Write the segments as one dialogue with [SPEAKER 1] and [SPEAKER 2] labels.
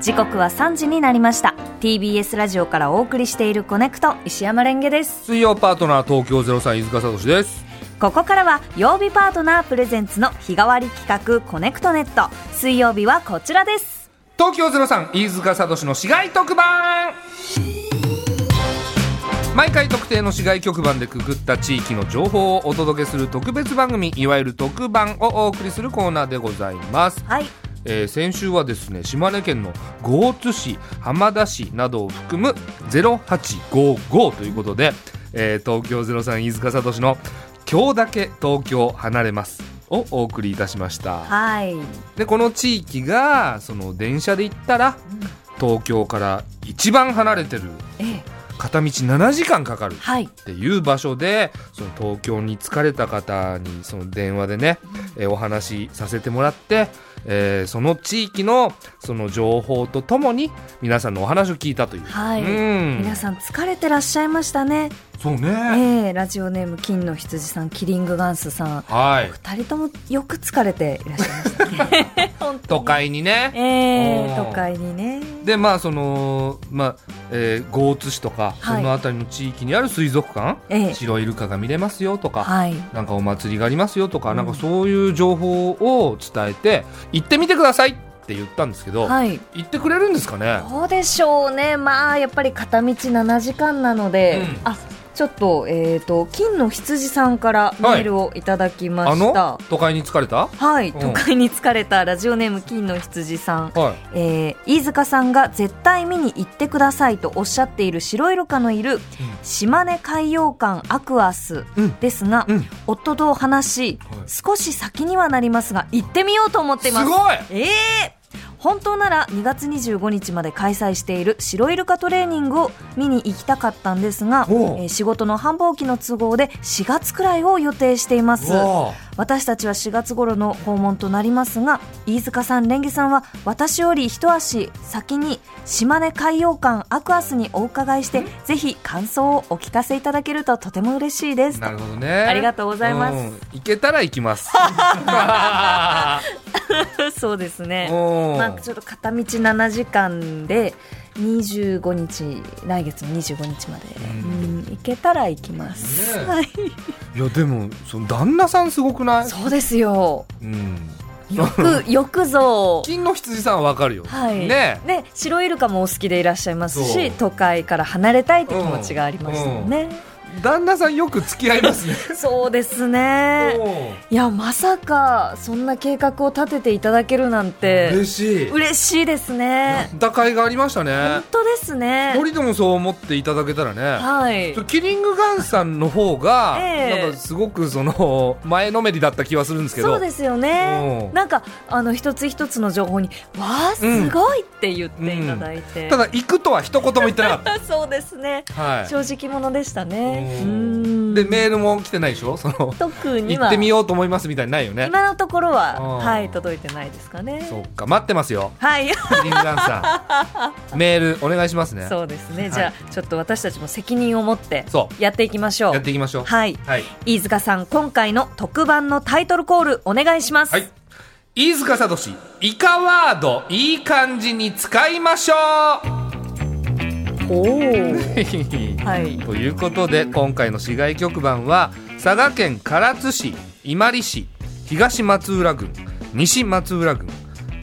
[SPEAKER 1] 時刻は3時になりました TBS ラジオからお送りしているコネクト石山レンゲです
[SPEAKER 2] 水曜パートナー東京ゼロ飯塚聡です
[SPEAKER 1] ここからは曜日パートナープレゼンツの日替わり企画コネクトネット水曜日はこちらです
[SPEAKER 2] 東京ゼロ飯塚聡の市街特番毎回特定の市街局番でくくった地域の情報をお届けする特別番組いわゆる特番をお送りするコーナーでございます
[SPEAKER 1] はい
[SPEAKER 2] えー先週はですね島根県の江津市浜田市などを含む0855ということで、えー東京03飯塚聡の「今日だけ東京離れます」をお送りいたしました
[SPEAKER 1] はい
[SPEAKER 2] でこの地域がその電車で行ったら東京から一番離れてる
[SPEAKER 1] ええ
[SPEAKER 2] 片道7時間かかる
[SPEAKER 1] はい
[SPEAKER 2] っていう場所でその東京に疲れた方にその電話でね、えーお話しさせてもらって、えーその地域のその情報とともに皆さんのお話を聞いたという。
[SPEAKER 1] はい
[SPEAKER 2] うん
[SPEAKER 1] 皆さん疲れてらっしゃいましたね、
[SPEAKER 2] そう
[SPEAKER 1] え
[SPEAKER 2] ね、
[SPEAKER 1] えラジオネーム金の羊さんキリングガンスさん
[SPEAKER 2] はい
[SPEAKER 1] 二人ともよく疲れていらっしゃいましたね本当
[SPEAKER 2] 都
[SPEAKER 1] に
[SPEAKER 2] 会に ね。
[SPEAKER 1] ええ
[SPEAKER 2] うん
[SPEAKER 1] 都会にね
[SPEAKER 2] でまあそのまあ、えー、江津市とか、
[SPEAKER 1] はい
[SPEAKER 2] その辺りの地域にある水族館、
[SPEAKER 1] ええ
[SPEAKER 2] 白イルカが見れますよとか、
[SPEAKER 1] はい
[SPEAKER 2] なんかお祭りがありますよとか、
[SPEAKER 1] うん
[SPEAKER 2] なんかそういう情報を伝えて行ってみてくださいって言ったんですけど、
[SPEAKER 1] はい
[SPEAKER 2] 行ってくれるんですかね
[SPEAKER 1] どうでしょうねまあやっぱり片道7時間なので、
[SPEAKER 2] うん
[SPEAKER 1] あちょっとえっ、と金の羊さんからメールをいただきま
[SPEAKER 2] あ
[SPEAKER 1] し
[SPEAKER 2] の
[SPEAKER 1] た
[SPEAKER 2] 都会に疲れた
[SPEAKER 1] はい、
[SPEAKER 2] うん
[SPEAKER 1] 都会に疲れたラジオネーム金の羊さん
[SPEAKER 2] は
[SPEAKER 1] えー飯塚さんが絶対見に行ってくださいとおっしゃっている白イルカのいる島根海洋館アクアス
[SPEAKER 2] うん
[SPEAKER 1] ですが、
[SPEAKER 2] い、うん、
[SPEAKER 1] 夫とお話し、
[SPEAKER 2] はい
[SPEAKER 1] 少し先にはなりますが行ってみようと思ってい
[SPEAKER 2] す
[SPEAKER 1] ます
[SPEAKER 2] ごい
[SPEAKER 1] ええ本当なら2月25日まで開催している白イルカトレーニングを見に行きたかったんですが、え
[SPEAKER 2] おう
[SPEAKER 1] ー仕事の繁忙期の都合で4月くらいを予定しています
[SPEAKER 2] わ
[SPEAKER 1] 私たちは4月頃の訪問となりますが飯塚さん、レンゲさんは私より一足先に島根海洋館アクアスにお伺いしてぜひ感想をお聞かせいただけるととても嬉しいで
[SPEAKER 2] あ
[SPEAKER 1] す
[SPEAKER 2] なるほどね
[SPEAKER 1] ありが
[SPEAKER 2] と
[SPEAKER 1] とうございます、
[SPEAKER 2] 行けたら行きます
[SPEAKER 1] そうですね
[SPEAKER 2] うん
[SPEAKER 1] まあ、ちょっと片道7時間で25日来月の25日まで、うん、行けたら行きます、
[SPEAKER 2] ねえ
[SPEAKER 1] はい、
[SPEAKER 2] いやでもその旦那さんすごくない
[SPEAKER 1] そうですよ
[SPEAKER 2] うん
[SPEAKER 1] よくよくぞ
[SPEAKER 2] 金の羊さんはわかるよ、
[SPEAKER 1] はい
[SPEAKER 2] ね
[SPEAKER 1] ね白イルカもお好きでいらっしゃいます
[SPEAKER 2] そ
[SPEAKER 1] し
[SPEAKER 2] う
[SPEAKER 1] 都会から離れたいって気持ちがありましたもんね、
[SPEAKER 2] 旦那さんよく付き合いますね
[SPEAKER 1] そうです ねいやまさかそんな計画を立てていただけるなん
[SPEAKER 2] お嬉
[SPEAKER 1] て
[SPEAKER 2] しい
[SPEAKER 1] 嬉しいですね
[SPEAKER 2] 打開がありましたね
[SPEAKER 1] 本当ですね
[SPEAKER 2] 一人でもそう思っていただけたらね、
[SPEAKER 1] はい、
[SPEAKER 2] ちょキリングガンさんの方が
[SPEAKER 1] ええ
[SPEAKER 2] なんかすごくその 前のめりだった気はするんですけど
[SPEAKER 1] そうですよね
[SPEAKER 2] うん
[SPEAKER 1] なんかあの一つ一つの情報に「わあすごい!」って言っていただいて、
[SPEAKER 2] ただ行くとは一言も言ってなかっ
[SPEAKER 1] そうですね
[SPEAKER 2] た、はい
[SPEAKER 1] 正直者でしたね
[SPEAKER 2] う
[SPEAKER 1] うんん
[SPEAKER 2] でメールも来てないでしょその
[SPEAKER 1] 特に
[SPEAKER 2] 行
[SPEAKER 1] は
[SPEAKER 2] ってみようと思いますみたいにないよね
[SPEAKER 1] 今のところは、
[SPEAKER 2] うん
[SPEAKER 1] はい届いてないですかね
[SPEAKER 2] そっか待ってますよ
[SPEAKER 1] はい
[SPEAKER 2] キリングガンさ んメールお願いしますね
[SPEAKER 1] そうですね、
[SPEAKER 2] い
[SPEAKER 1] じゃあちょっと私たちも責任を持って
[SPEAKER 2] そ
[SPEAKER 1] やっていきましょ
[SPEAKER 2] うや
[SPEAKER 1] う
[SPEAKER 2] っていきましょう
[SPEAKER 1] はい
[SPEAKER 2] はい、
[SPEAKER 1] 飯塚さん今回の特番のタイトルコールお願いします、
[SPEAKER 2] はい、飯塚聡イカワードいい感じに使いましょう
[SPEAKER 1] おー はい
[SPEAKER 2] ということで今回の市街局番は佐賀県唐津市伊万里市東松浦郡西松浦郡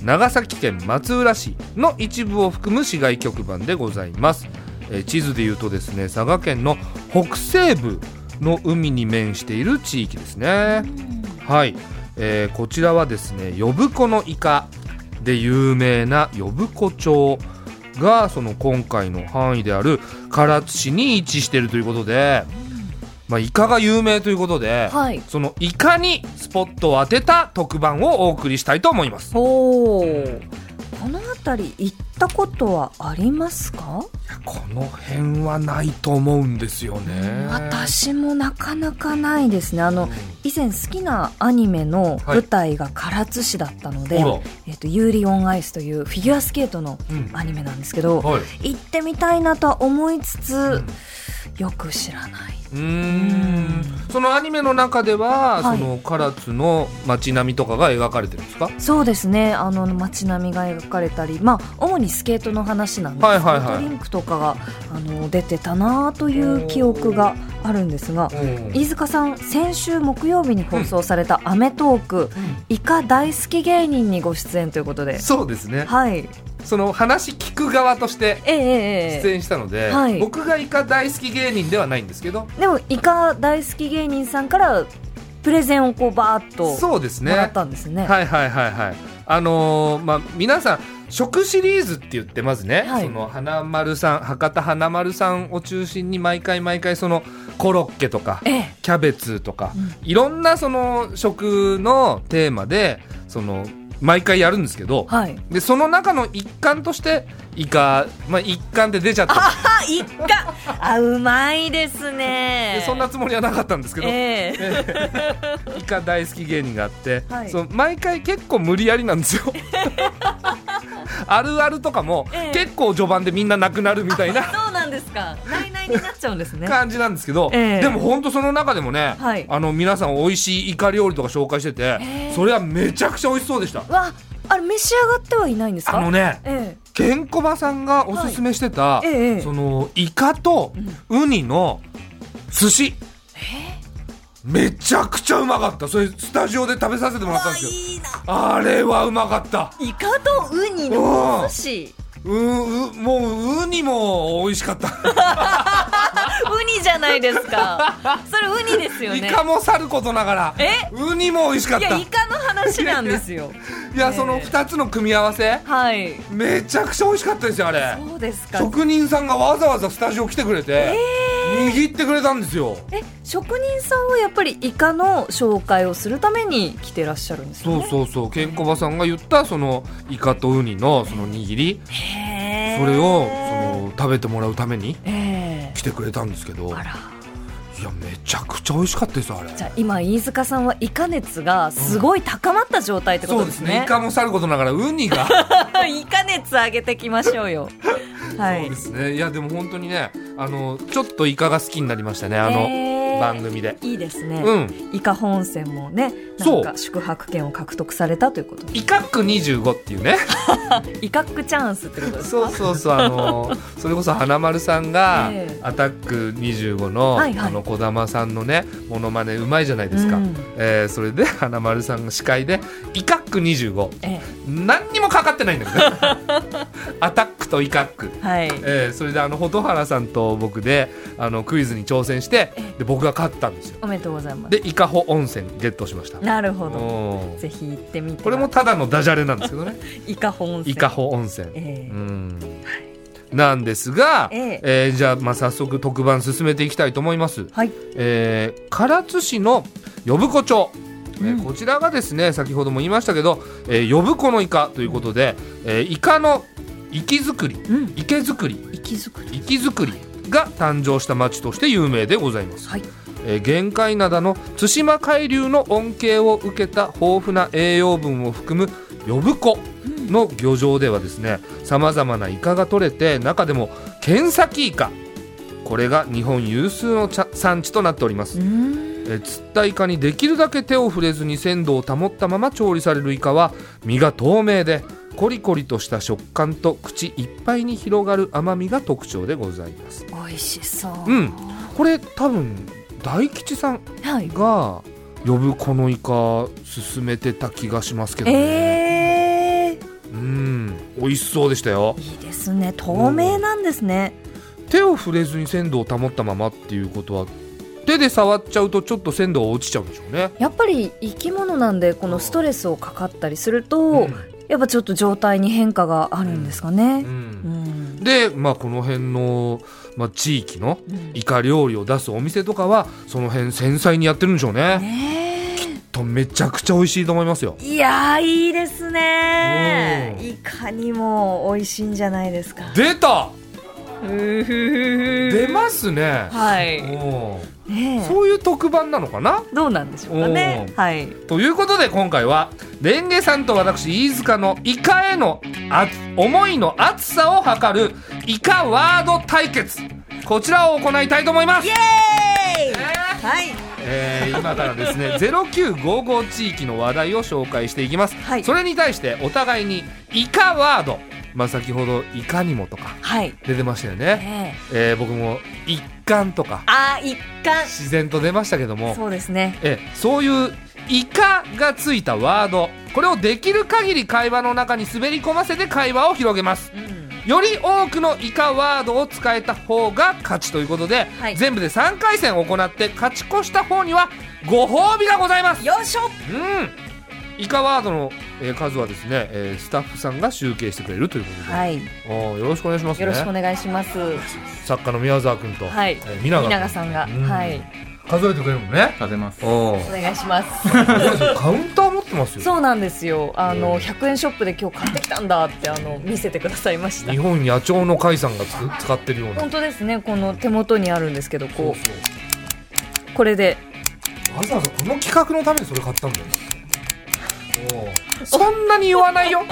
[SPEAKER 2] 長崎県松浦市の一部を含む市街局番でございます、えー地図でいうとですね佐賀県の北西部の海に面している地域ですねはい、えーこちらはですね呼子のイカで有名な呼子町がその今回の範囲である唐津市に位置しているということで、まあ、イカが有名ということで、
[SPEAKER 1] はい
[SPEAKER 2] そのイカにスポットを当てた特番をお送りしたいと思います。
[SPEAKER 1] おおこの辺り行ったことはありますか、
[SPEAKER 2] この辺はないと思うんですよね。
[SPEAKER 1] 私もなかなかないですねあの以前好きなアニメの舞台が唐津市だったので、
[SPEAKER 2] ほら
[SPEAKER 1] えっとユーリオンアイスというフィギュアスケートの
[SPEAKER 2] うん
[SPEAKER 1] アニメなんですけど、
[SPEAKER 2] はい
[SPEAKER 1] 行ってみたいなとは思いつつ、
[SPEAKER 2] うん
[SPEAKER 1] よく知らない。
[SPEAKER 2] うーんそのアニメの中で
[SPEAKER 1] は
[SPEAKER 2] は、
[SPEAKER 1] い
[SPEAKER 2] その唐津の街並みとかが描かれてるんですか
[SPEAKER 1] そうですねあの街並みが描かれたり、まあ、主にスケートの話なんですけど、
[SPEAKER 2] はいはいはい
[SPEAKER 1] ドリンクとかがあの出てたなという記憶があるんですが飯塚さん先週木曜日に放送された『アメトーーク』イカ大好き芸人にご出演ということで
[SPEAKER 2] そうですね
[SPEAKER 1] はい
[SPEAKER 2] その話聞く側として
[SPEAKER 1] えええ
[SPEAKER 2] 出
[SPEAKER 1] ええ
[SPEAKER 2] 演したので、
[SPEAKER 1] はい
[SPEAKER 2] 僕がイカ大好き芸人ではないんですけど
[SPEAKER 1] えでもイカ大好き芸人さんからプレゼンをこうバーッとも
[SPEAKER 2] そうですね
[SPEAKER 1] らったんですね
[SPEAKER 2] はいはいはいはいあのーまあ皆さん食シリーズって言ってますね、
[SPEAKER 1] はい
[SPEAKER 2] その花丸さん博多花丸さんを中心に毎回毎回そのコロッケとか
[SPEAKER 1] ええ
[SPEAKER 2] キャベツとか、
[SPEAKER 1] うん
[SPEAKER 2] いろんなその食のテーマでその毎回やるんですけど、
[SPEAKER 1] はい
[SPEAKER 2] でその中の一環としてイカ、まあ、一環で出ちゃったんです
[SPEAKER 1] あイカ あうまいですね
[SPEAKER 2] でそんなつもりはなかったんですけど、
[SPEAKER 1] ええ
[SPEAKER 2] イカ大好き芸人があって、
[SPEAKER 1] はい
[SPEAKER 2] そう毎回結構無理やりなんですよ あるあるとかも、
[SPEAKER 1] ええ
[SPEAKER 2] 結構序盤でみんななくなるみたいな
[SPEAKER 1] そうなんですか。ないないになっちゃうん ですね。
[SPEAKER 2] 感じなんですけど、
[SPEAKER 1] ええ
[SPEAKER 2] でも本当その中でもね、
[SPEAKER 1] はい
[SPEAKER 2] あの皆さん美味しいイカ料理とか紹介してて、
[SPEAKER 1] ええ
[SPEAKER 2] それはめちゃくちゃ美味しそうでした
[SPEAKER 1] わ、あれ召し上がってはいないんですか。
[SPEAKER 2] あのね
[SPEAKER 1] ええ
[SPEAKER 2] ケンコバさんがおすすめしてた、
[SPEAKER 1] はいええ
[SPEAKER 2] そのイカとウニの寿司めちゃくちゃうまかったそれスタジオで食べさせてもらったんですよ
[SPEAKER 1] いな。
[SPEAKER 2] あれはうまかった
[SPEAKER 1] イカとウニのお寿司。
[SPEAKER 2] ううもうウニも美味しかった、
[SPEAKER 1] ウニじゃないです か。それウニですよ
[SPEAKER 2] イ
[SPEAKER 1] ね。
[SPEAKER 2] カもさることながら
[SPEAKER 1] え
[SPEAKER 2] ウニも美味しかっ
[SPEAKER 1] い
[SPEAKER 2] た
[SPEAKER 1] や
[SPEAKER 2] い
[SPEAKER 1] イカの話なんですよ。
[SPEAKER 2] やその2つの組み合わせ
[SPEAKER 1] はい。
[SPEAKER 2] めちゃくちゃ美味しかったですよあれ
[SPEAKER 1] そうですか。
[SPEAKER 2] 職人さんがわざわざスタジオ来てくれて、握ってくれたんですよ
[SPEAKER 1] え、職人さんはやっぱりイカの紹介をするために来てらっしゃるんですよ
[SPEAKER 2] そ
[SPEAKER 1] ね。
[SPEAKER 2] うそうそうケンコバさんが言ったそのイカとウニのその握り
[SPEAKER 1] へえ。
[SPEAKER 2] それをその食べてもらうために
[SPEAKER 1] ええ
[SPEAKER 2] 来てくれたんですけどい
[SPEAKER 1] あら。
[SPEAKER 2] やめちゃくちゃ美味しかったですあれ
[SPEAKER 1] じゃあ今飯塚さんはイカ熱がすごい高まった状態ってこ
[SPEAKER 2] そう
[SPEAKER 1] と
[SPEAKER 2] で
[SPEAKER 1] ですす
[SPEAKER 2] ね
[SPEAKER 1] ね
[SPEAKER 2] イ。カもさることながらウニが
[SPEAKER 1] イカ熱上げてきましょうよ。は
[SPEAKER 2] そう
[SPEAKER 1] い
[SPEAKER 2] で。すねいやでも本当にねあのちょっとイカが好きになりましたねあ
[SPEAKER 1] へ
[SPEAKER 2] の
[SPEAKER 1] ー
[SPEAKER 2] 番組で、
[SPEAKER 1] いいですね。
[SPEAKER 2] うん
[SPEAKER 1] イカ本線もね、な
[SPEAKER 2] そ
[SPEAKER 1] ん
[SPEAKER 2] う
[SPEAKER 1] か宿泊券を獲得されたということ。
[SPEAKER 2] イカック25っていうね
[SPEAKER 1] イカックチャンスってことですか。
[SPEAKER 2] そうそうそう あのそれこそ花丸さんが
[SPEAKER 1] ええ
[SPEAKER 2] 「アタック25の」
[SPEAKER 1] はいはい
[SPEAKER 2] あの児玉さんのねモノマネうまいじゃないですか、
[SPEAKER 1] うん
[SPEAKER 2] えーそれで花丸さんが司会で「イカック25
[SPEAKER 1] え」
[SPEAKER 2] 何にもかかってないんだけど ねアタックとイカック
[SPEAKER 1] え、はい。
[SPEAKER 2] えーそれであの蛍原さんと僕であのクイズに挑戦してで僕が勝ったんですよ
[SPEAKER 1] おめでとうございます。
[SPEAKER 2] で伊香保温泉ゲットしました
[SPEAKER 1] なるほど。
[SPEAKER 2] うん
[SPEAKER 1] ぜひ行ってみて。
[SPEAKER 2] これもただのダジャレなんです けどね
[SPEAKER 1] イカ本線。
[SPEAKER 2] 伊香保温泉、
[SPEAKER 1] ええ
[SPEAKER 2] うんなんですが、
[SPEAKER 1] ええ
[SPEAKER 2] えーじゃあまあ早速特番進めていきたいと思います、
[SPEAKER 1] はい。
[SPEAKER 2] えー唐津市の呼子町、えー
[SPEAKER 1] うん
[SPEAKER 2] こちらがですね先ほども言いましたけど、えー、呼子のイカということで、えーイカの池作り
[SPEAKER 1] うん。
[SPEAKER 2] 池作り
[SPEAKER 1] 息づく。
[SPEAKER 2] 池作りが誕生した町として有名でございます
[SPEAKER 1] はい。
[SPEAKER 2] えー玄界灘の対馬海流の恩恵を受けた豊富な栄養分を含む呼子の漁場ではですねさまざまなイカが取れて中でも剣先イカこれが日本有数の茶産地となっております
[SPEAKER 1] う、ん。
[SPEAKER 2] えー釣ったイカにできるだけ手を触れずに鮮度を保ったまま調理されるイカは身が透明でコリコリとした食感と口いっぱいに広がる甘みが特徴でございます
[SPEAKER 1] 美味しそう。
[SPEAKER 2] うんこれ多分大吉さん
[SPEAKER 1] はい。
[SPEAKER 2] が呼ぶこのイカ進めてた気がしますけどね、
[SPEAKER 1] ええ
[SPEAKER 2] うん美味しそうでしたよ
[SPEAKER 1] いいですね。透明なんですね。
[SPEAKER 2] 手を触れずに鮮度を保ったままっていうことは手で触っちゃうとちょっと鮮度が落ちちゃうんでしょうね
[SPEAKER 1] やっぱり生き物なんでこのストレスをかかったりすると、やっぱちょっと状態に変化があるんですか
[SPEAKER 2] う
[SPEAKER 1] ね。うんん。
[SPEAKER 2] で、まあ、この辺の、まあ、地域の
[SPEAKER 1] うん
[SPEAKER 2] イカ料理を出すお店とかはその辺繊細にやってるんでしょうね
[SPEAKER 1] ねえ
[SPEAKER 2] とめちゃくちゃ美味しいと思いますよ
[SPEAKER 1] いやーいいですね
[SPEAKER 2] うん
[SPEAKER 1] いかにも美味しいんじゃないですか。
[SPEAKER 2] 出た出
[SPEAKER 1] 出
[SPEAKER 2] ますね、
[SPEAKER 1] はい。
[SPEAKER 2] おー
[SPEAKER 1] ね
[SPEAKER 2] そういう特番なのかな
[SPEAKER 1] えどうなんでしょうかね
[SPEAKER 2] お。
[SPEAKER 1] はい。
[SPEAKER 2] ということで今回はレンゲさんと私飯塚のイカへのあ思いの熱さを測るイカワード対決こちらを行いたいと思います
[SPEAKER 1] イエーイはい
[SPEAKER 2] えー今からですね 0955地域の話題を紹介していきます、
[SPEAKER 1] はい
[SPEAKER 2] それに対してお互いにイカワードまあ先ほどイカにもとか
[SPEAKER 1] はい、
[SPEAKER 2] 出てましたよね、
[SPEAKER 1] ええ
[SPEAKER 2] えー僕も一貫とか
[SPEAKER 1] あー一貫
[SPEAKER 2] 自然と出ましたけども
[SPEAKER 1] そうですね
[SPEAKER 2] えーそういうイカがついたワードこれをできる限り会話の中に滑り込ませて会話を広げます
[SPEAKER 1] うん
[SPEAKER 2] より多くのイカワードを使えた方が勝ちということで、
[SPEAKER 1] はい
[SPEAKER 2] 全部で3回戦行って勝ち越した方にはご褒美がございます
[SPEAKER 1] よいしょ
[SPEAKER 2] うんイカワードの、えー数はですね、えースタッフさんが集計してくれるということで、
[SPEAKER 1] はい
[SPEAKER 2] おーよろしくお願いしますね
[SPEAKER 1] よろしくお願いします
[SPEAKER 2] 作家の宮沢君と、
[SPEAKER 1] はい
[SPEAKER 2] えー皆
[SPEAKER 1] 稲
[SPEAKER 2] 川
[SPEAKER 1] 賀
[SPEAKER 2] 君
[SPEAKER 1] さんが
[SPEAKER 2] うん
[SPEAKER 1] はい
[SPEAKER 2] 数えてくれるもんね
[SPEAKER 3] 食べます。
[SPEAKER 2] おー
[SPEAKER 1] お願いします
[SPEAKER 2] カウンター持ってますよ
[SPEAKER 1] そうなんですよあ
[SPEAKER 2] うん
[SPEAKER 1] の100円ショップで今日買ってきたんだってあの見せてくださいました
[SPEAKER 2] 日本野鳥の会さんがつ使ってるような
[SPEAKER 1] 本当ですねこの手元にあるんですけど
[SPEAKER 2] そう
[SPEAKER 1] こ
[SPEAKER 2] そう
[SPEAKER 1] うこれで
[SPEAKER 2] わざわざこの企画のためにそれ買ったんだよおうそんなに言わないよ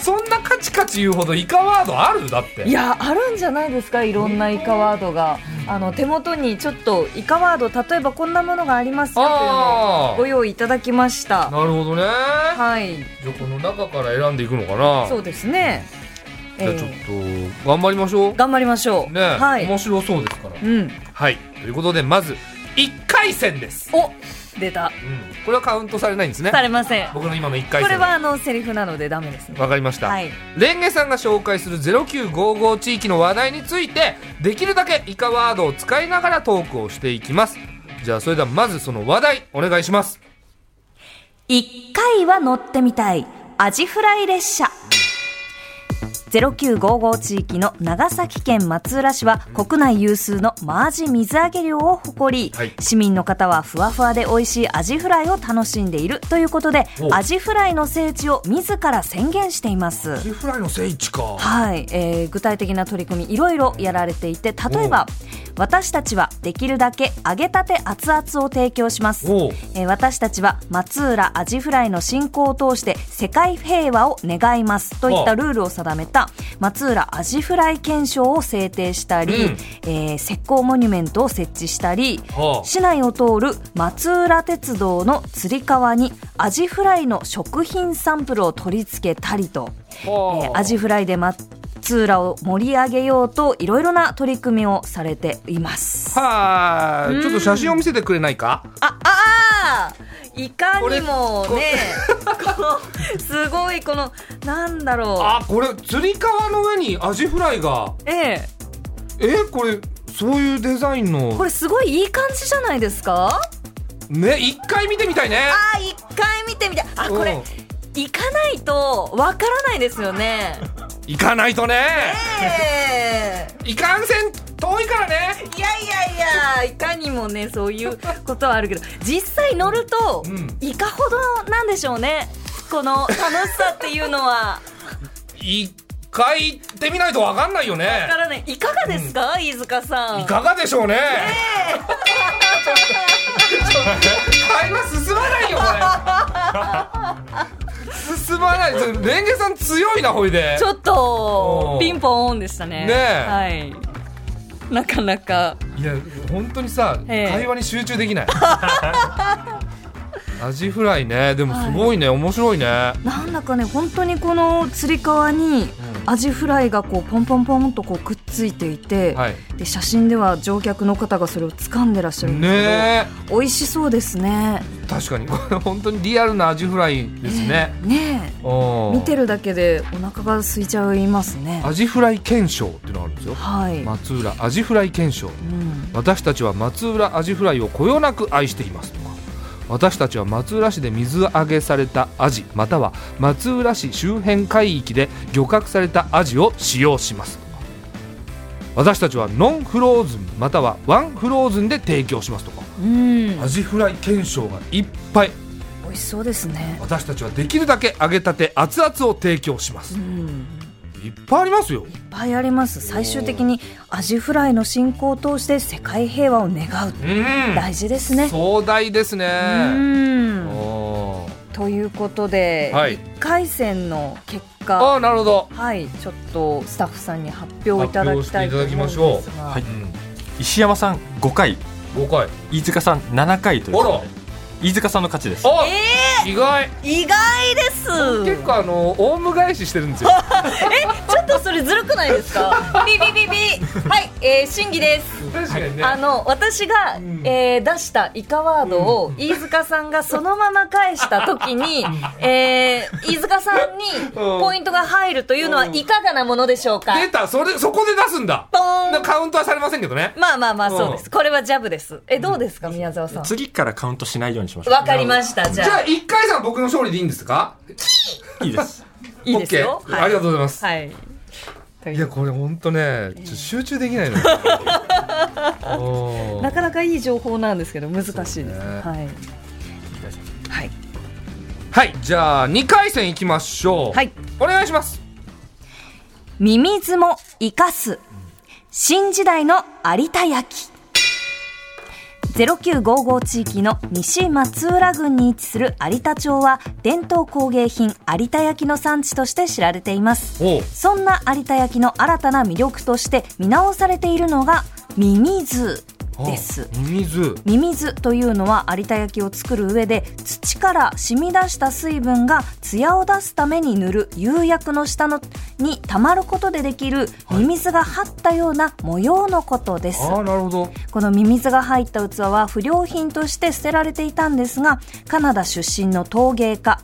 [SPEAKER 2] そんなカチカチ言うほどイカワードあるだって
[SPEAKER 1] いやあるんじゃないですかいろんなイカワードがあの手元にちょっとイカワード例えばこんなものがありますよというのを
[SPEAKER 2] あ
[SPEAKER 1] ご用意いただきまし
[SPEAKER 2] あ
[SPEAKER 1] た
[SPEAKER 2] なるほどね
[SPEAKER 1] はい
[SPEAKER 2] じゃあこの中から選んでいくのかな
[SPEAKER 1] そうですね、
[SPEAKER 2] じゃあ
[SPEAKER 1] え
[SPEAKER 2] ちょっ
[SPEAKER 1] ー
[SPEAKER 2] と頑張りましょう
[SPEAKER 1] 頑張りましょう
[SPEAKER 2] ね、
[SPEAKER 1] はい
[SPEAKER 2] 面白そうですから
[SPEAKER 1] うん
[SPEAKER 2] はいということでまず1回戦です、
[SPEAKER 1] お出た
[SPEAKER 2] うん、これはカウントされないんですね
[SPEAKER 1] されませんこ
[SPEAKER 2] 僕の今の1回戦
[SPEAKER 1] れはあのセリフなのでダメですね
[SPEAKER 2] わかりました、
[SPEAKER 1] はい
[SPEAKER 2] レンゲさんが紹介する0955地域の話題についてできるだけイカワードを使いながらトークをしていきますじゃあそれではまずその話題お願いします
[SPEAKER 1] 一回は乗ってみたいアジフライ列車0955地域の長崎県松浦市は国内有数のマアジ水揚げ量を誇り、
[SPEAKER 2] はい
[SPEAKER 1] 市民の方はふわふわで美味しいアジフライを楽しんでいるということで
[SPEAKER 2] お
[SPEAKER 1] アジフライの聖地を自ら宣言しています
[SPEAKER 2] ジフライの聖地か
[SPEAKER 1] はい、えー具体的な取り組みいろいろやられていて例えば私たちはできるだけ揚げたて熱々を提供します
[SPEAKER 2] おう
[SPEAKER 1] えー私たちは松浦アジフライの振興を通して世界平和を願いますといったルールを定めた松浦アジフライ憲章を制定したり、
[SPEAKER 2] うん
[SPEAKER 1] えー石膏モニュメントを設置したり、
[SPEAKER 2] はあ
[SPEAKER 1] 市内を通る松浦鉄道のつり革にアジフライの食品サンプルを取り付けたりと、え
[SPEAKER 2] は
[SPEAKER 1] ーアジフライで松浦を盛り上げようといろいろな取り組みをされています。
[SPEAKER 2] はあちょっと写真を見せてくれないか
[SPEAKER 1] あ、ああいかにも
[SPEAKER 2] これ
[SPEAKER 1] ね、この、すごい、この、なんだろ
[SPEAKER 2] あこれつり革の上にアジフライが
[SPEAKER 1] う。ええ、
[SPEAKER 2] えこれそういうデザイン
[SPEAKER 1] こ
[SPEAKER 2] の
[SPEAKER 1] れすごいいい感じじゃないですか
[SPEAKER 2] ね一回見てみたいね
[SPEAKER 1] あー、一回見てみて、あ、こ
[SPEAKER 2] うん
[SPEAKER 1] れ、行かないと、わからないですよ ね。
[SPEAKER 2] 行かないとね
[SPEAKER 1] ええ
[SPEAKER 2] いかんせん遠いからね
[SPEAKER 1] いやいやいや、いかにもね、そういうことはある けど、実際乗ると
[SPEAKER 2] うん、
[SPEAKER 1] いかほどなんでしょうね。この楽しさっていうの は。
[SPEAKER 2] 一回行ってみないとわかんないよ
[SPEAKER 1] わ
[SPEAKER 2] ね
[SPEAKER 1] からない。いかがですか、飯塚さん。
[SPEAKER 2] いかがでしょうね会話進まないよこ れ進まないそれレンゲさん強いなほいで
[SPEAKER 1] ちょっ
[SPEAKER 2] お
[SPEAKER 1] と
[SPEAKER 2] ー
[SPEAKER 1] ピンポンでしたね。
[SPEAKER 2] ね
[SPEAKER 1] はい。なかなか。
[SPEAKER 2] いや本当にさ
[SPEAKER 1] ええ
[SPEAKER 2] 会話に集中 できないアジフライねでもすごいね、面白いね
[SPEAKER 1] なんだかね本当にこのつり革にアジフライがこうポンポンポンとこうくっついていて、
[SPEAKER 2] はい
[SPEAKER 1] で写真では乗客の方がそれを掴んでらっしゃるんですけど、
[SPEAKER 2] ね
[SPEAKER 1] 美味しそうですね。
[SPEAKER 2] え確かに これ本当にリアルなアジフライですね、
[SPEAKER 1] ねえ
[SPEAKER 2] 見
[SPEAKER 1] 見てるだけでお腹が空いちゃいますね。
[SPEAKER 2] アジフライ検証っていうのがあるんですよ
[SPEAKER 1] はい。
[SPEAKER 2] 松浦アジフライ検証
[SPEAKER 1] うん。
[SPEAKER 2] 私たちは松浦アジフライをこよなく愛していますとか私たちは松浦市で水揚げされたアジまたは松浦市周辺海域で漁獲されたアジを使用しますとか私たちはノンフローズンまたはワンフローズンで提供しますとか
[SPEAKER 1] うん。
[SPEAKER 2] アジフライ検証がいっぱい
[SPEAKER 1] 美味しそうですね。
[SPEAKER 2] 私たちはできるだけ揚げたて熱々を提供します
[SPEAKER 1] うん。
[SPEAKER 2] いっぱいありますよ
[SPEAKER 1] いっぱいあります最終的にアジフライの進行を通して世界平和を願う
[SPEAKER 2] うん
[SPEAKER 1] 大事ですね
[SPEAKER 2] 壮大ですね
[SPEAKER 1] うん
[SPEAKER 2] おー
[SPEAKER 1] ということで、
[SPEAKER 2] はい
[SPEAKER 1] 1回戦の結
[SPEAKER 2] あ
[SPEAKER 1] 果
[SPEAKER 2] あなるほど、
[SPEAKER 1] はいちょっとスタッフさんに発表いただきたいと思うんです
[SPEAKER 2] 発表していただき
[SPEAKER 1] が、
[SPEAKER 3] はいう石山さん5回
[SPEAKER 2] ん、5回
[SPEAKER 3] 飯塚さん7回ということで飯塚さんの勝ちです
[SPEAKER 2] あ、
[SPEAKER 1] え
[SPEAKER 2] 意外
[SPEAKER 1] ー、意外です
[SPEAKER 2] 結構あのオウム返ししてるんですよ
[SPEAKER 1] ちょっとそれずるくないです かビビビビはい、えー、審議です
[SPEAKER 2] 確かにね
[SPEAKER 1] あの私が、
[SPEAKER 2] ん
[SPEAKER 1] えー出したイカワードを、飯塚さんがそのまま返した時に、えー、飯塚さんにポイントが入るというのは
[SPEAKER 2] うん
[SPEAKER 1] いかがなものでしょうか、
[SPEAKER 2] 出たそれそこで出すんだ
[SPEAKER 1] ポーン
[SPEAKER 2] だからカウントはされませんけどね
[SPEAKER 1] まあまあまあそうで
[SPEAKER 2] う
[SPEAKER 1] すこれはジャブですえどうですか宮沢さん
[SPEAKER 3] 次からカウントしないようにしましょ
[SPEAKER 1] わかりましたじ
[SPEAKER 2] じゃ
[SPEAKER 1] ゃ
[SPEAKER 2] あ
[SPEAKER 1] あ
[SPEAKER 2] 1回さん僕の勝利でいいんですか
[SPEAKER 3] ういいです
[SPEAKER 1] いいですよ、
[SPEAKER 2] オッケーありがとうございます、
[SPEAKER 1] はいと
[SPEAKER 2] い、
[SPEAKER 1] い
[SPEAKER 2] や
[SPEAKER 1] う
[SPEAKER 2] これほんとねちょっと集中できな いのよおー
[SPEAKER 1] なかなかいい情報なんですけど難しいです
[SPEAKER 2] そうね
[SPEAKER 1] はいはい
[SPEAKER 2] はいじゃあ2回戦いきましょう
[SPEAKER 1] はい
[SPEAKER 2] お願いします
[SPEAKER 1] ミミズも生かす。新時代の有田焼。0955地域の西松浦郡に位置する有田町は伝統工芸品有田焼の産地として知られています。
[SPEAKER 2] おう
[SPEAKER 1] そんな有田焼の新たな魅力として見直されているのがミミズです。
[SPEAKER 2] あミミズ
[SPEAKER 1] ミミズというのは有田焼を作る上で土から染み出した水分が艶を出すために塗る釉薬の下のに溜まることでできるミミズが張ったような模様のことです。
[SPEAKER 2] ああなるほど
[SPEAKER 1] このミミズが入った器は不良品として捨てられていたんですがカナダ出身の陶芸家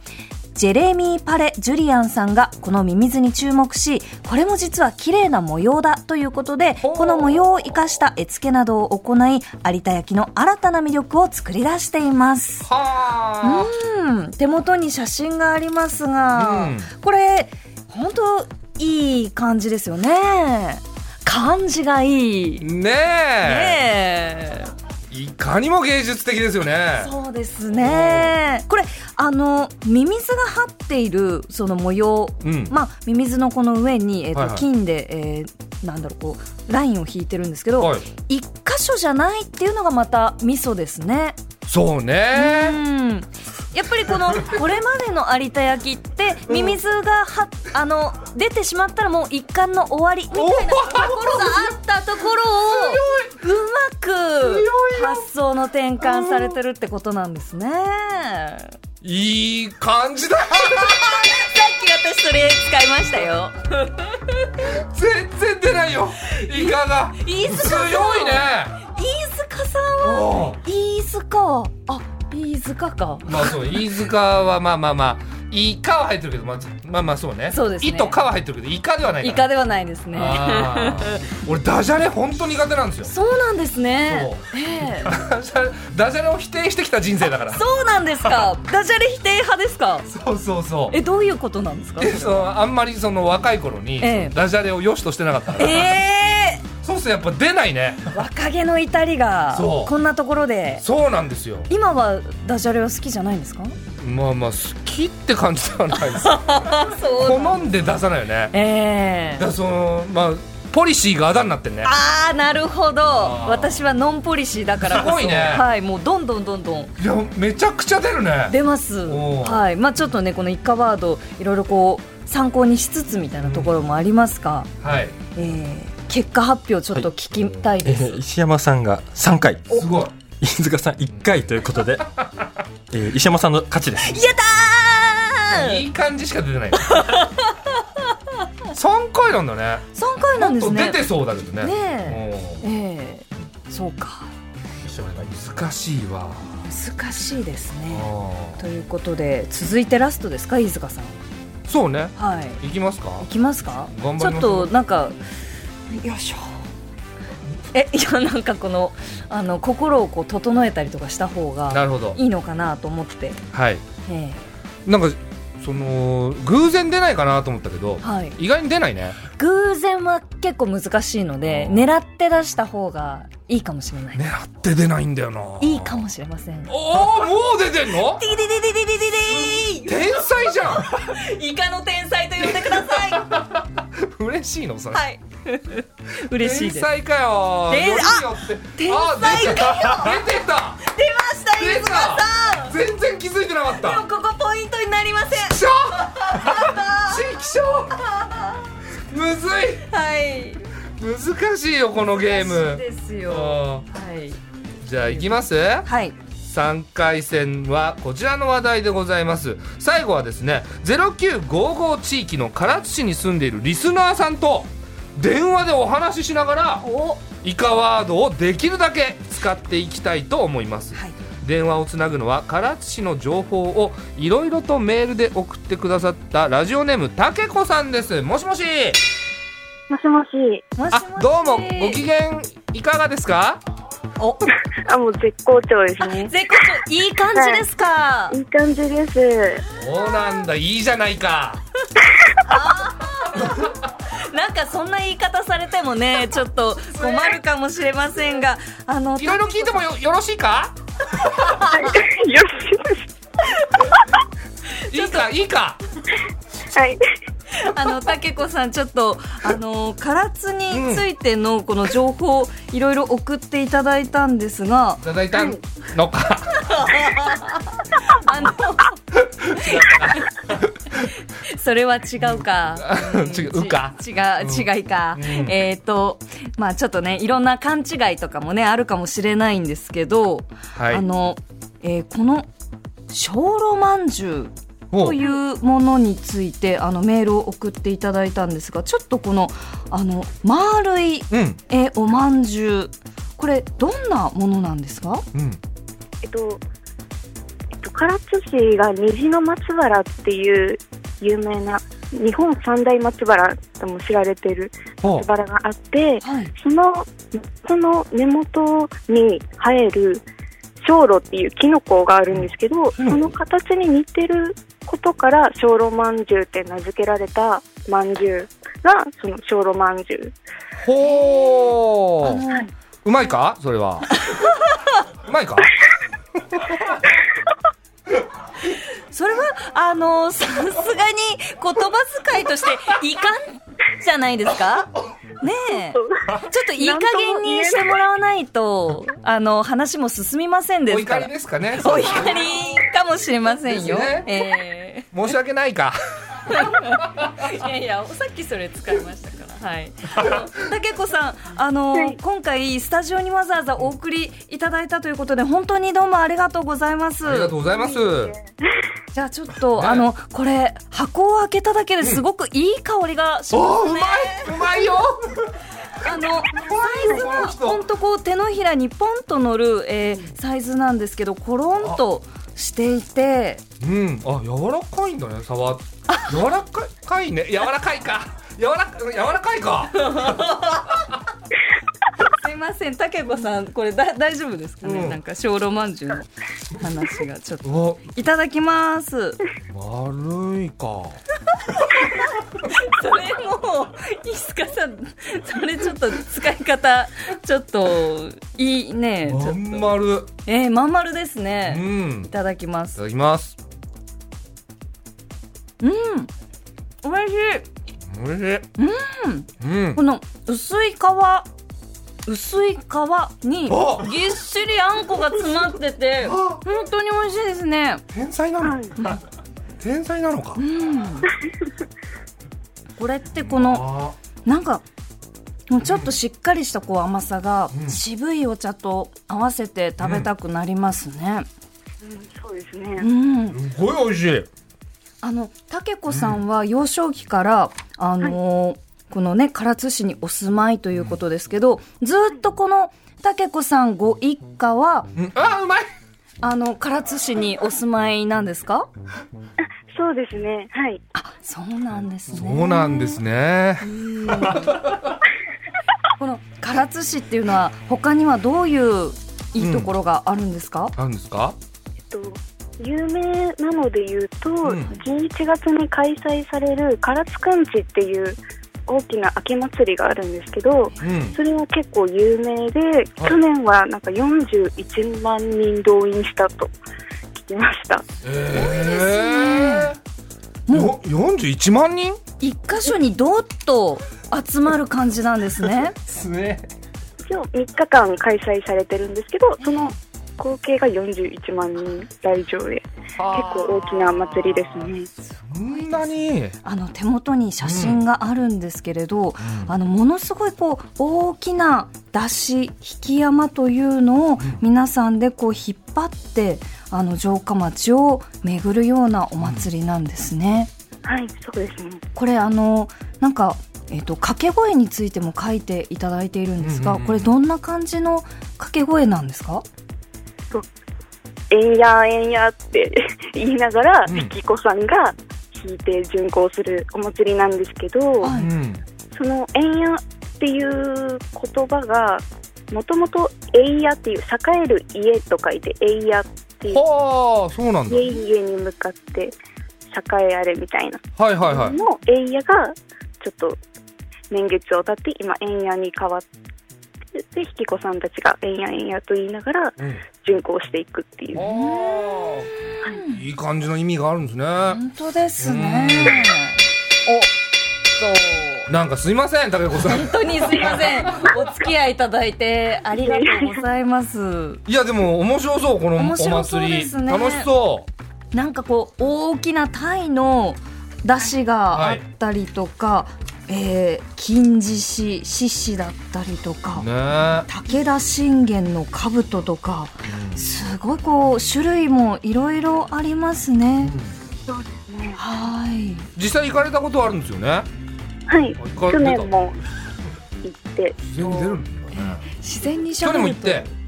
[SPEAKER 1] ジェレミー・パレ・ジュリアンさんがこのミミズに注目しこれも実は綺麗な模様だということで
[SPEAKER 2] ほう
[SPEAKER 1] この模様を生かした絵付けなどを行い有田焼の新たな魅力を作り出しています
[SPEAKER 2] は
[SPEAKER 1] うん手元に写真がありますが、
[SPEAKER 2] うん
[SPEAKER 1] これ本当いい感じですよね感じがいい
[SPEAKER 2] あ
[SPEAKER 1] ね
[SPEAKER 2] ねえ
[SPEAKER 1] え
[SPEAKER 2] いかにも芸術的ですよね
[SPEAKER 1] そうですね。これあのミミズが張っているその模様、
[SPEAKER 2] うん
[SPEAKER 1] まあミミズのこの上にえっ、と、
[SPEAKER 2] はいはい
[SPEAKER 1] 金で、えーなんだろうこうラインを引いてるんですけど、
[SPEAKER 2] はい
[SPEAKER 1] 一箇所じゃないっていうのがまたミソですね。
[SPEAKER 2] そう
[SPEAKER 1] う
[SPEAKER 2] ね
[SPEAKER 1] ん。やっぱりこ のこれまでの有田焼ってミミズがはあの出てしまったらもう一貫の終わりみたいなところがあったところをうまく発想の転換されてるってことなんですね。
[SPEAKER 2] いい感じだ
[SPEAKER 1] さっき私それ使いましたよ。
[SPEAKER 2] 全然出ないよイカが
[SPEAKER 1] 飯塚さん
[SPEAKER 2] 強いね
[SPEAKER 1] 飯塚さんは
[SPEAKER 2] おう
[SPEAKER 1] 飯塚あ飯塚か。
[SPEAKER 2] まあそう飯塚はまあまあまあイカは入ってるけどまあまあまあそうね
[SPEAKER 1] そうですね
[SPEAKER 2] イとカは入ってるけどイカではない
[SPEAKER 1] イ
[SPEAKER 2] から
[SPEAKER 1] カではないですね。
[SPEAKER 2] あー俺ダジャレ本当苦手なんですよ
[SPEAKER 1] そうなんですね。ええ
[SPEAKER 2] ダジャレダジャレを否定してきた人生だから
[SPEAKER 1] そうなんですか。ダジャレ否定派ですか。
[SPEAKER 2] そうそうそう
[SPEAKER 1] えどういうことなんですか。
[SPEAKER 2] でそのあんまりその若い頃に、
[SPEAKER 1] ええ
[SPEAKER 2] ダジャレを良しとしてなかったから、
[SPEAKER 1] え
[SPEAKER 2] そうするとやっぱ出な いね
[SPEAKER 1] ー、若気の至りが
[SPEAKER 2] そう
[SPEAKER 1] こんなところで。
[SPEAKER 2] そうなんですよ
[SPEAKER 1] 今はダジャレは好きじゃないんですか。
[SPEAKER 2] まあまあ好きって感じではない です
[SPEAKER 1] あ、そ
[SPEAKER 2] 好んで出さないよね
[SPEAKER 1] え
[SPEAKER 2] だ
[SPEAKER 1] ー
[SPEAKER 2] から。そのまあポリシーがあだになってんね
[SPEAKER 1] あーなるほど
[SPEAKER 2] あー
[SPEAKER 1] 私はノンポリシーだからこそ
[SPEAKER 2] すごいね
[SPEAKER 1] はいもうどんどんどんどん
[SPEAKER 2] いやめちゃくちゃ出るね
[SPEAKER 1] 出ます
[SPEAKER 2] おー
[SPEAKER 1] はいまあちょっとねこの一家ワードいろいろこう参考にしつつみたいなところもありますが、
[SPEAKER 2] はい
[SPEAKER 1] えー結果発表ちょっと聞きたい
[SPEAKER 3] え
[SPEAKER 1] です、
[SPEAKER 3] ー石山さんが3回
[SPEAKER 2] すごい
[SPEAKER 3] 飯塚さん1回ということで、えー石山さんの勝ちです
[SPEAKER 1] やったー
[SPEAKER 2] いい感じしか出てない 三回なんだね
[SPEAKER 1] 3回なんですね
[SPEAKER 2] 出てそうだけどね
[SPEAKER 1] ね
[SPEAKER 2] うん
[SPEAKER 1] ええそうか
[SPEAKER 2] 難しいわ
[SPEAKER 1] 難しいですね
[SPEAKER 2] あ
[SPEAKER 1] ということで続いてラストですか飯塚さん
[SPEAKER 2] ーそうね
[SPEAKER 1] はい
[SPEAKER 2] いきますか
[SPEAKER 1] いきますか
[SPEAKER 2] 頑張りま
[SPEAKER 1] ち
[SPEAKER 2] しょ
[SPEAKER 1] ょ
[SPEAKER 2] う
[SPEAKER 1] っとなんかよいしょえいやなんかこのあの心をこう整えたりとかした方
[SPEAKER 2] な
[SPEAKER 1] が
[SPEAKER 2] るほど
[SPEAKER 1] いいのかなと思って、
[SPEAKER 2] はい
[SPEAKER 1] え
[SPEAKER 2] なんかその偶然出ないかなと思ったけど
[SPEAKER 1] えはい、
[SPEAKER 2] 意外に出ないね
[SPEAKER 1] 偶然は結構難しいので
[SPEAKER 2] うん
[SPEAKER 1] 狙って出した方がいいかもしれない、
[SPEAKER 2] 狙って出ないんだよない
[SPEAKER 1] いいかもしれません
[SPEAKER 2] おおもう出てんの
[SPEAKER 1] ディディディディディディデ
[SPEAKER 2] 天才じゃ
[SPEAKER 1] ィイカの天才と呼んでください
[SPEAKER 2] ん嬉しいのそれ、
[SPEAKER 1] はい嬉しいです
[SPEAKER 2] 天才かよ
[SPEAKER 1] 天才
[SPEAKER 2] よりによって
[SPEAKER 1] 天才
[SPEAKER 2] かよ出てた
[SPEAKER 1] 出ました
[SPEAKER 2] 出
[SPEAKER 1] 飯塚さん
[SPEAKER 2] た全然気づいてなかった
[SPEAKER 1] でもここポインりません
[SPEAKER 2] 気象気象むず
[SPEAKER 1] はい
[SPEAKER 2] い難しいよこのゲー
[SPEAKER 1] 難しい
[SPEAKER 2] ム
[SPEAKER 1] ですよは
[SPEAKER 2] あ
[SPEAKER 1] い
[SPEAKER 2] ーじゃあいきます
[SPEAKER 1] はい
[SPEAKER 2] 3回戦はこちらの話題でございます最後はですね0955地域の唐津市に住んでいるリスナーさんと電話でお話ししながら
[SPEAKER 1] お
[SPEAKER 2] イカワードをできるだけ使っていきたいと思います
[SPEAKER 1] はい
[SPEAKER 2] 電話をつなぐのは唐津市の情報をいろいろとメールで送ってくださったラジオネームたけこさんですもしもし
[SPEAKER 4] もしもし。
[SPEAKER 1] もし
[SPEAKER 2] あ
[SPEAKER 1] もし
[SPEAKER 2] どうもご機嫌いかがですか
[SPEAKER 1] お
[SPEAKER 4] あ、もう絶好調ですね。
[SPEAKER 1] 絶好調いい感じですか、
[SPEAKER 4] いい感じ です。
[SPEAKER 2] そうなんだいいじゃないか
[SPEAKER 1] なんかそんな言い方されても ねちょっと困るかもしれませんがあの
[SPEAKER 2] いろいろ聞いてもよよろしいか
[SPEAKER 4] はい。よろしいで
[SPEAKER 2] いいかいいか
[SPEAKER 4] す。はい。
[SPEAKER 1] あの、たけこさん、ちょっと、あの、唐津についての、この情報、いろいろ送っていただいたんですが
[SPEAKER 2] い。ただいたのか
[SPEAKER 1] あの。それは違うか。
[SPEAKER 2] 違うか
[SPEAKER 1] ち違う、違いか。
[SPEAKER 2] うん
[SPEAKER 1] えっ、と、まあ、ちょっとね、いろんな勘違いとかもね、あるかもしれないんですけど。
[SPEAKER 2] は
[SPEAKER 1] あの、えーこの。小炉饅頭
[SPEAKER 2] お
[SPEAKER 1] というものについてあのメールを送っていただいたんですがちょっとこのあの丸い
[SPEAKER 2] うん
[SPEAKER 1] えーおまんじゅうこれどんなものなんですか
[SPEAKER 2] うん
[SPEAKER 4] えっと、えっと、唐津市が虹の松原っていう有名な、日本三大松原とも知られている
[SPEAKER 2] お
[SPEAKER 4] 松原があって、
[SPEAKER 1] はい
[SPEAKER 4] その、その根元に生える、小炉っていうキノコがあるんですけど、その形に似てることから小炉まんじゅうって名付けられたまんじゅうがその小炉まんじゅう
[SPEAKER 2] ほ
[SPEAKER 1] あ
[SPEAKER 2] う
[SPEAKER 1] の
[SPEAKER 2] うまいかそ れはうまいか
[SPEAKER 1] それはあのさすがに言葉遣いとしていかんじゃないです かねえちょっといい加減にしてもらわないとあの話も進みませんで
[SPEAKER 2] お
[SPEAKER 1] すか
[SPEAKER 2] 怒り
[SPEAKER 1] ら
[SPEAKER 2] ですかね
[SPEAKER 1] お怒りかもしれませんよ、
[SPEAKER 2] です
[SPEAKER 1] え
[SPEAKER 2] 申し訳ないか
[SPEAKER 1] えいやいやさっきそれ使いましたから はいたけこさんあの、
[SPEAKER 4] はい
[SPEAKER 1] 今回スタジオにわざわざお送りいただいたということで本当にどうもありがとうございます
[SPEAKER 2] ありがとうございます
[SPEAKER 1] じゃあちょっと、
[SPEAKER 2] ね
[SPEAKER 1] あのこれ箱を開けただけですごくいい香りがしま
[SPEAKER 2] おう
[SPEAKER 1] す
[SPEAKER 2] うま
[SPEAKER 1] ね
[SPEAKER 2] い、うまいよ
[SPEAKER 1] あのサイズ
[SPEAKER 2] この
[SPEAKER 1] が
[SPEAKER 2] 人
[SPEAKER 1] ほんとこう手のひらにポンと乗る、えーサイズなんですけどコロンとしていて
[SPEAKER 2] うんあ柔らかいんだね触 っ柔らかいかいね柔らかいか柔らか柔らかいか
[SPEAKER 1] すいませんたけこさんこれだ大丈夫ですかね、
[SPEAKER 2] うん
[SPEAKER 1] なんか小ロまんじゅうの話がちょっと
[SPEAKER 2] お
[SPEAKER 1] いただきます
[SPEAKER 2] 丸いか
[SPEAKER 1] それもう飯塚さんそれちょっと使い方ちょっといいねちょっ
[SPEAKER 2] ま
[SPEAKER 1] と
[SPEAKER 2] ん丸
[SPEAKER 1] えー、まん丸です
[SPEAKER 2] う
[SPEAKER 1] ね、
[SPEAKER 2] ん
[SPEAKER 1] いただきま
[SPEAKER 2] い
[SPEAKER 1] す
[SPEAKER 2] た。だきます
[SPEAKER 1] 美味しい。
[SPEAKER 2] おいしいうんうん
[SPEAKER 1] この薄い皮、薄い皮に
[SPEAKER 2] あ
[SPEAKER 1] ぎっしりあんこが詰まってて、本当に美味しいですね。
[SPEAKER 2] 天才な
[SPEAKER 4] は
[SPEAKER 2] の
[SPEAKER 4] い
[SPEAKER 2] 天才なのか
[SPEAKER 1] うん。これってこの
[SPEAKER 2] あ
[SPEAKER 1] なんか。もうちょっとしっかりしたこう甘さが、
[SPEAKER 2] うん
[SPEAKER 1] 渋いお茶と合わせて食べたくなりますね。
[SPEAKER 4] そうですね
[SPEAKER 1] うん、
[SPEAKER 2] すごい美味しい
[SPEAKER 1] あの、たけこさんは幼少期から、あのーこのね、唐津市にお住まいということですけど、ずっとこの、たけこさんご一家は、
[SPEAKER 2] うんあうまい
[SPEAKER 1] あの、唐津市にお住まいなんですか
[SPEAKER 4] そうですねはい
[SPEAKER 1] あ、そうなんですね。
[SPEAKER 2] そうなんですね
[SPEAKER 1] この唐津市っていうのは、他にはどういういいところがあるんですか、
[SPEAKER 2] なんですか
[SPEAKER 4] えっと有名なので言うと、
[SPEAKER 2] うん
[SPEAKER 4] 11月に開催される唐津くんちっていう大きな秋祭りがあるんですけど
[SPEAKER 2] うん
[SPEAKER 4] それは結構有名で、去年はなんか41万人動員したと聞きました
[SPEAKER 2] ええ
[SPEAKER 1] もう
[SPEAKER 2] よ41万人
[SPEAKER 1] 一箇所にどっと集まる感じなんです ね。
[SPEAKER 2] すね
[SPEAKER 4] 一応3日間開催されてるんですけどその合計が41万人来場で構大きな祭りですね。
[SPEAKER 2] そんなに
[SPEAKER 1] あの手元に写真があるんですけれど、あのものすごいこう大きな出し引き山というのを皆さんでこう引っ張ってあの城下町を巡るようなお祭りなんですね。
[SPEAKER 4] はい、そうですね。
[SPEAKER 1] これあのなんかえっと掛け声についても書いていただいているんですが、
[SPEAKER 2] うんうんうん
[SPEAKER 1] これどんな感じの掛け声なんですか？
[SPEAKER 4] えんやえんやって 言いながら、
[SPEAKER 2] うん
[SPEAKER 4] 引き子さんが弾いて巡行するお祭りなんですけど、
[SPEAKER 1] は
[SPEAKER 2] う
[SPEAKER 1] い
[SPEAKER 2] ん
[SPEAKER 4] そのえんやっていう言葉が、もともとえいやっていう、栄える家と書いてえいやっていう、
[SPEAKER 2] はあそうなんだはい
[SPEAKER 4] 家々に向かって栄えあれみたいな
[SPEAKER 2] はいはい
[SPEAKER 4] のえいやが、ちょっと年月を経って、今えんやに変わって、で、引き子さんたちがえんやえんやと言いながら
[SPEAKER 2] うん
[SPEAKER 4] 巡行していくっていう。
[SPEAKER 2] あーいい感じの意味があるんですね
[SPEAKER 1] 本当ですね。
[SPEAKER 2] なんかすいません竹子さん
[SPEAKER 1] 本当にすいません。お付き合いいただいてありがとうございます。
[SPEAKER 2] いやでも面白そうこのお
[SPEAKER 1] 面白そう
[SPEAKER 2] 祭
[SPEAKER 1] で
[SPEAKER 2] り
[SPEAKER 1] すね
[SPEAKER 2] 楽しそ
[SPEAKER 1] なんかこう大きなタイの出汁があったりとか、えー金獅子獅子だったりとか、
[SPEAKER 2] うね
[SPEAKER 1] 武田信玄の兜とかすごいこう種類もいろいろありますね。
[SPEAKER 4] そうですね。
[SPEAKER 1] はい。
[SPEAKER 2] 実際行かれたことあるんですよね
[SPEAKER 4] はい。
[SPEAKER 2] 行
[SPEAKER 4] 去
[SPEAKER 2] かれ
[SPEAKER 4] 年
[SPEAKER 2] た
[SPEAKER 4] も行って、
[SPEAKER 2] 自然に出るんだね
[SPEAKER 1] 自然にし
[SPEAKER 2] 去
[SPEAKER 1] ゃ
[SPEAKER 2] 年
[SPEAKER 1] べ
[SPEAKER 2] も
[SPEAKER 1] る
[SPEAKER 2] 行っ
[SPEAKER 1] と。
[SPEAKER 2] て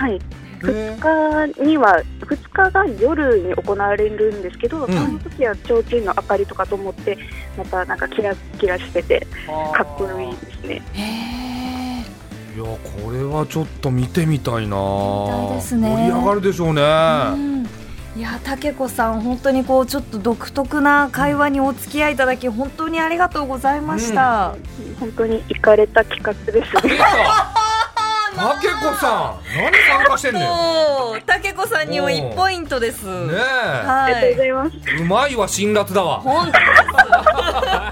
[SPEAKER 4] はい、
[SPEAKER 2] へ
[SPEAKER 4] 2日には2日が夜に行われるんですけど、
[SPEAKER 2] うん
[SPEAKER 4] その時は提灯の明かりとかと思ってまたなんかキラキラしてて
[SPEAKER 2] ー
[SPEAKER 4] かっこいいですね。
[SPEAKER 1] へー
[SPEAKER 2] いやこれはちょっと見てみたいな
[SPEAKER 1] 見たいですね
[SPEAKER 2] 盛り上がるでしょうね、
[SPEAKER 1] うんいや竹子さん本当にこうちょっと独特な会話にお付き合いいただき本当にありがとうございました。
[SPEAKER 4] 本当に行かれた企画です
[SPEAKER 2] え
[SPEAKER 4] ね。
[SPEAKER 2] さあけこさん何参加してんだよ
[SPEAKER 1] そう、たけこさんにも
[SPEAKER 2] おー
[SPEAKER 1] 1ポイントです。
[SPEAKER 2] ね
[SPEAKER 4] あ
[SPEAKER 1] は
[SPEAKER 4] りがとうご
[SPEAKER 1] い。
[SPEAKER 4] ざいます。
[SPEAKER 2] えうまいわ辛辣だわ
[SPEAKER 1] 本当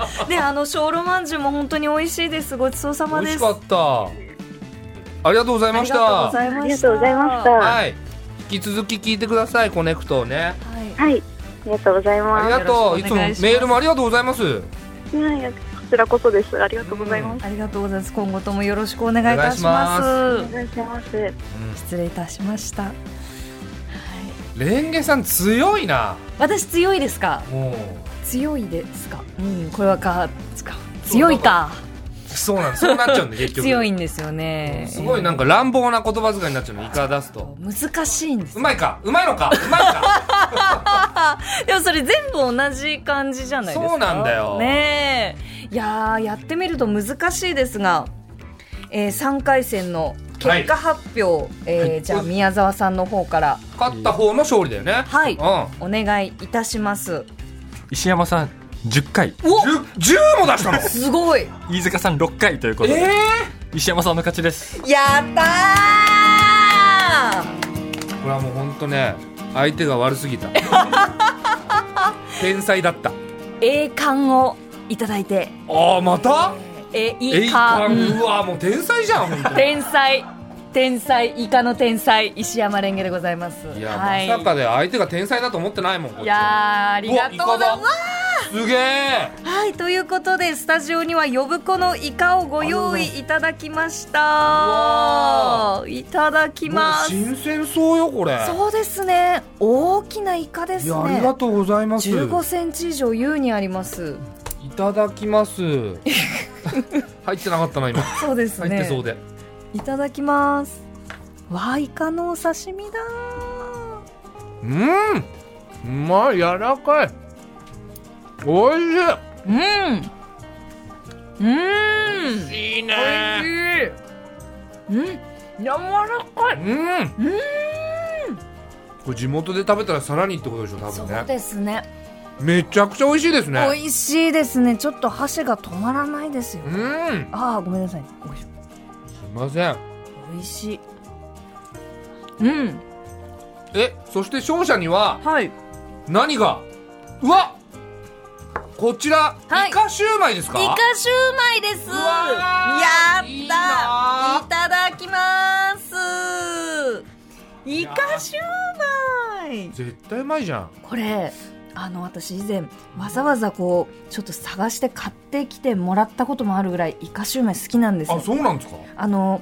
[SPEAKER 1] です。で、あの小炉まんじゅうも本当に美味しいです。ごちそうさま
[SPEAKER 2] 美
[SPEAKER 1] で
[SPEAKER 2] 味し
[SPEAKER 1] す。
[SPEAKER 2] かったありがとうございました
[SPEAKER 1] あ
[SPEAKER 4] あ
[SPEAKER 1] り
[SPEAKER 4] り
[SPEAKER 1] が
[SPEAKER 4] が
[SPEAKER 1] と
[SPEAKER 4] と
[SPEAKER 1] うご
[SPEAKER 4] うご
[SPEAKER 1] ざ
[SPEAKER 4] ざ
[SPEAKER 1] い
[SPEAKER 4] い
[SPEAKER 1] ま
[SPEAKER 4] ま
[SPEAKER 1] し。
[SPEAKER 4] したた。はい、
[SPEAKER 2] はい引き続き聞いてくださいコネクトをね
[SPEAKER 1] はい
[SPEAKER 4] ありがとうござ
[SPEAKER 2] あ
[SPEAKER 4] い
[SPEAKER 2] り
[SPEAKER 4] ま
[SPEAKER 2] がとうい
[SPEAKER 1] よろし
[SPEAKER 2] つ
[SPEAKER 1] くお
[SPEAKER 2] もメ
[SPEAKER 1] 願いします
[SPEAKER 2] ールもありがとうございます
[SPEAKER 4] す。いやいやこちらこそです。ありがとうございます。
[SPEAKER 1] ありがとうございます。今後ともよろしくお願いいたし
[SPEAKER 2] お
[SPEAKER 1] ます。
[SPEAKER 4] お願いします。
[SPEAKER 1] 失礼いたしました。はい
[SPEAKER 2] レンゲさん強いな
[SPEAKER 1] 私強いですか。
[SPEAKER 2] も
[SPEAKER 1] 強いですか。うん、これはか、か強いか。
[SPEAKER 2] うそうなんそうなっちゃうんで結局
[SPEAKER 1] 強いんですよね。
[SPEAKER 2] すごいなんか乱暴な言葉遣いになっちゃうのイカ出すと
[SPEAKER 1] 難しいんです
[SPEAKER 2] う。まいかうまいのかうまいか
[SPEAKER 1] でもそれ全部同じ感じじゃないですか
[SPEAKER 2] そうなんだよ
[SPEAKER 1] ねえいやーやってみると難しいですが、え3回戦の結果発表、えーじゃあ宮沢さんの方から
[SPEAKER 2] 勝った方の勝利だよね
[SPEAKER 1] はい
[SPEAKER 2] うん
[SPEAKER 1] お願いいたします
[SPEAKER 3] 石山さん10回
[SPEAKER 1] お
[SPEAKER 2] 十十も 出したの
[SPEAKER 1] すごい
[SPEAKER 3] 飯塚さん6回ということで、石山さんの勝ちです
[SPEAKER 1] やった
[SPEAKER 2] これはもう本当ね相手が悪すぎ た天才だった
[SPEAKER 1] ー栄冠をいただいて
[SPEAKER 2] ああまた
[SPEAKER 1] え
[SPEAKER 2] え
[SPEAKER 1] イ
[SPEAKER 2] い
[SPEAKER 1] カ
[SPEAKER 2] かんうわもう天才じゃん本当に
[SPEAKER 1] 天才天才イカの天才石山レンゲでございます
[SPEAKER 2] いや、
[SPEAKER 1] はい
[SPEAKER 2] まさかで相手が天才だと思ってないもんこっち
[SPEAKER 1] いやーありがとうございます
[SPEAKER 2] すげえ
[SPEAKER 1] はいということでスタジオには呼子のイカをご用意いただきまし
[SPEAKER 2] わ
[SPEAKER 1] たいただきます
[SPEAKER 2] 新鮮そうよこれ
[SPEAKER 1] そうですね大きなイカです
[SPEAKER 2] いやありが
[SPEAKER 1] ね
[SPEAKER 2] とうございます
[SPEAKER 1] 15センチ以上優にあります
[SPEAKER 2] いただきます 入ってなかったな今
[SPEAKER 1] そうです
[SPEAKER 2] 入って
[SPEAKER 1] ね
[SPEAKER 2] そうで、
[SPEAKER 1] いただきますわあイカのお刺身だ
[SPEAKER 2] うんうまい柔らかいおい
[SPEAKER 1] うんうん
[SPEAKER 2] しいい
[SPEAKER 1] おいしい
[SPEAKER 2] い
[SPEAKER 1] うん柔らかい
[SPEAKER 2] うんうんこれ地元で食べたらさらにってことでしょ多
[SPEAKER 1] そ
[SPEAKER 2] 分
[SPEAKER 1] う
[SPEAKER 2] ね
[SPEAKER 1] ですね
[SPEAKER 2] めちゃくちゃ美味しいですね
[SPEAKER 1] 美味しいですねちょっと箸が止まらないですよ
[SPEAKER 2] うん
[SPEAKER 1] ああごめんなさいおいし
[SPEAKER 2] すいません
[SPEAKER 1] 美味しいうん
[SPEAKER 2] えそして勝者には
[SPEAKER 1] はいイ
[SPEAKER 2] 何がうわこちら、
[SPEAKER 1] はい
[SPEAKER 2] イカシューマイですか
[SPEAKER 1] カシューマイです
[SPEAKER 2] うわー
[SPEAKER 1] やった
[SPEAKER 2] いいなー
[SPEAKER 1] いただきますイカシューマイ
[SPEAKER 2] 絶対うまいじゃん
[SPEAKER 1] これあの私以前わざわざこうちょっと探して買ってきてもらったこともあるぐらいイカシューマイ好きなんですよ
[SPEAKER 2] あそうなんですか
[SPEAKER 1] あの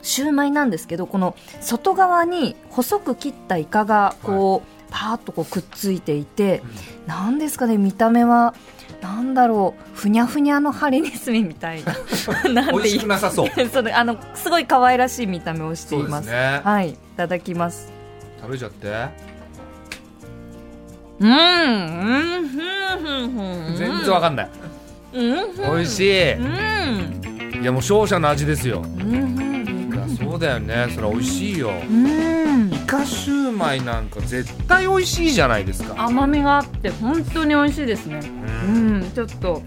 [SPEAKER 1] シューマイなんですけどこの外側に細く切ったイカがこう、パーッとこうくっついていて何ですかね見た目はなんだろうふにゃふにゃのハリネズミみたい ななん
[SPEAKER 2] 美味
[SPEAKER 1] て
[SPEAKER 2] し
[SPEAKER 1] い
[SPEAKER 2] くな さそう
[SPEAKER 1] うそのあのすごい可愛らしい見た目をして
[SPEAKER 2] そ
[SPEAKER 1] いう
[SPEAKER 2] で
[SPEAKER 1] ます
[SPEAKER 2] すね
[SPEAKER 1] はいいただきます
[SPEAKER 2] 食べちゃって
[SPEAKER 1] うんうんふんふん
[SPEAKER 2] 全然わかんない美味しい
[SPEAKER 1] うん
[SPEAKER 2] いやもう勝者の味ですよ
[SPEAKER 1] うん
[SPEAKER 2] いやそうだよねそれ美味しいよ
[SPEAKER 1] うん
[SPEAKER 2] イカシューマイなんか絶対美味しいじゃないですか
[SPEAKER 1] 甘みがあって本当に美味しいですねうんちょっと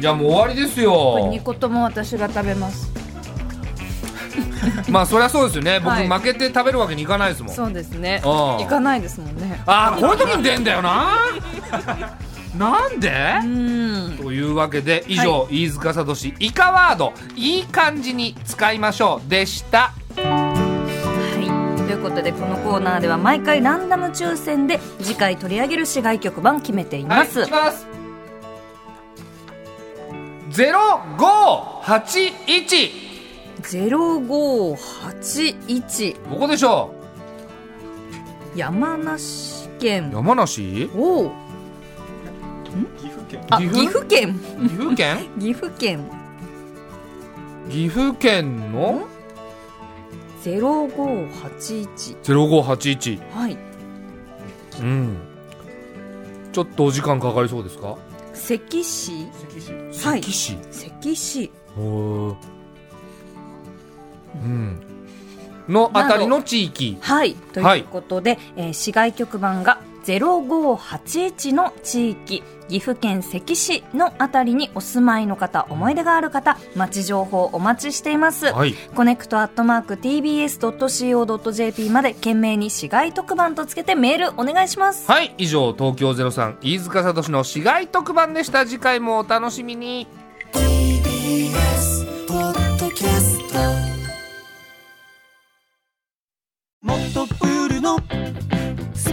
[SPEAKER 2] いやもう終わりです
[SPEAKER 1] これ
[SPEAKER 2] よ
[SPEAKER 1] 2個とも私が食べます
[SPEAKER 2] まあそりゃそうですよね僕
[SPEAKER 1] はい
[SPEAKER 2] 負けて食べるわけにいかないですもん
[SPEAKER 1] そうですね
[SPEAKER 2] うん
[SPEAKER 1] 行かないですもんね
[SPEAKER 2] あーこういう時に出んだよななんで
[SPEAKER 1] うん
[SPEAKER 2] というわけで以上、飯塚聡イカワードいい感じに使いましょうでした
[SPEAKER 1] はいということでこのコーナーでは毎回ランダム抽選で次回取り上げる市外局番決めてい
[SPEAKER 2] は
[SPEAKER 1] ま
[SPEAKER 2] い、
[SPEAKER 1] す、
[SPEAKER 2] いきます0581
[SPEAKER 1] 0581
[SPEAKER 2] ここでしょ
[SPEAKER 1] 山梨
[SPEAKER 2] う
[SPEAKER 1] 県
[SPEAKER 2] 山梨
[SPEAKER 1] おお
[SPEAKER 3] 岐阜県
[SPEAKER 1] あ
[SPEAKER 2] 岐
[SPEAKER 1] 岐
[SPEAKER 2] 阜
[SPEAKER 1] 阜県
[SPEAKER 2] 岐阜県
[SPEAKER 1] 岐阜県
[SPEAKER 2] 岐阜県の
[SPEAKER 1] 0581
[SPEAKER 2] 0581
[SPEAKER 1] はい
[SPEAKER 2] うんちょっとお時間かかりそうですか
[SPEAKER 1] 関市
[SPEAKER 3] 関市
[SPEAKER 1] はい
[SPEAKER 2] 関市
[SPEAKER 1] 関市
[SPEAKER 2] おーうんのあたりの地域
[SPEAKER 1] はいと
[SPEAKER 2] はい
[SPEAKER 1] いうことで、えー市外局番が0581の地域岐阜県関市のあたりにお住まいの方思い出がある方町情報お待ちしています、
[SPEAKER 2] はい
[SPEAKER 1] コネクトアットマーク TBS.CO.JP まで懸命に市外特番とつけてメールお願いします
[SPEAKER 2] はい以上東京03飯塚聡の市街特番でした次回もお楽しみに
[SPEAKER 5] TBS ポッドキャストもっとプールのス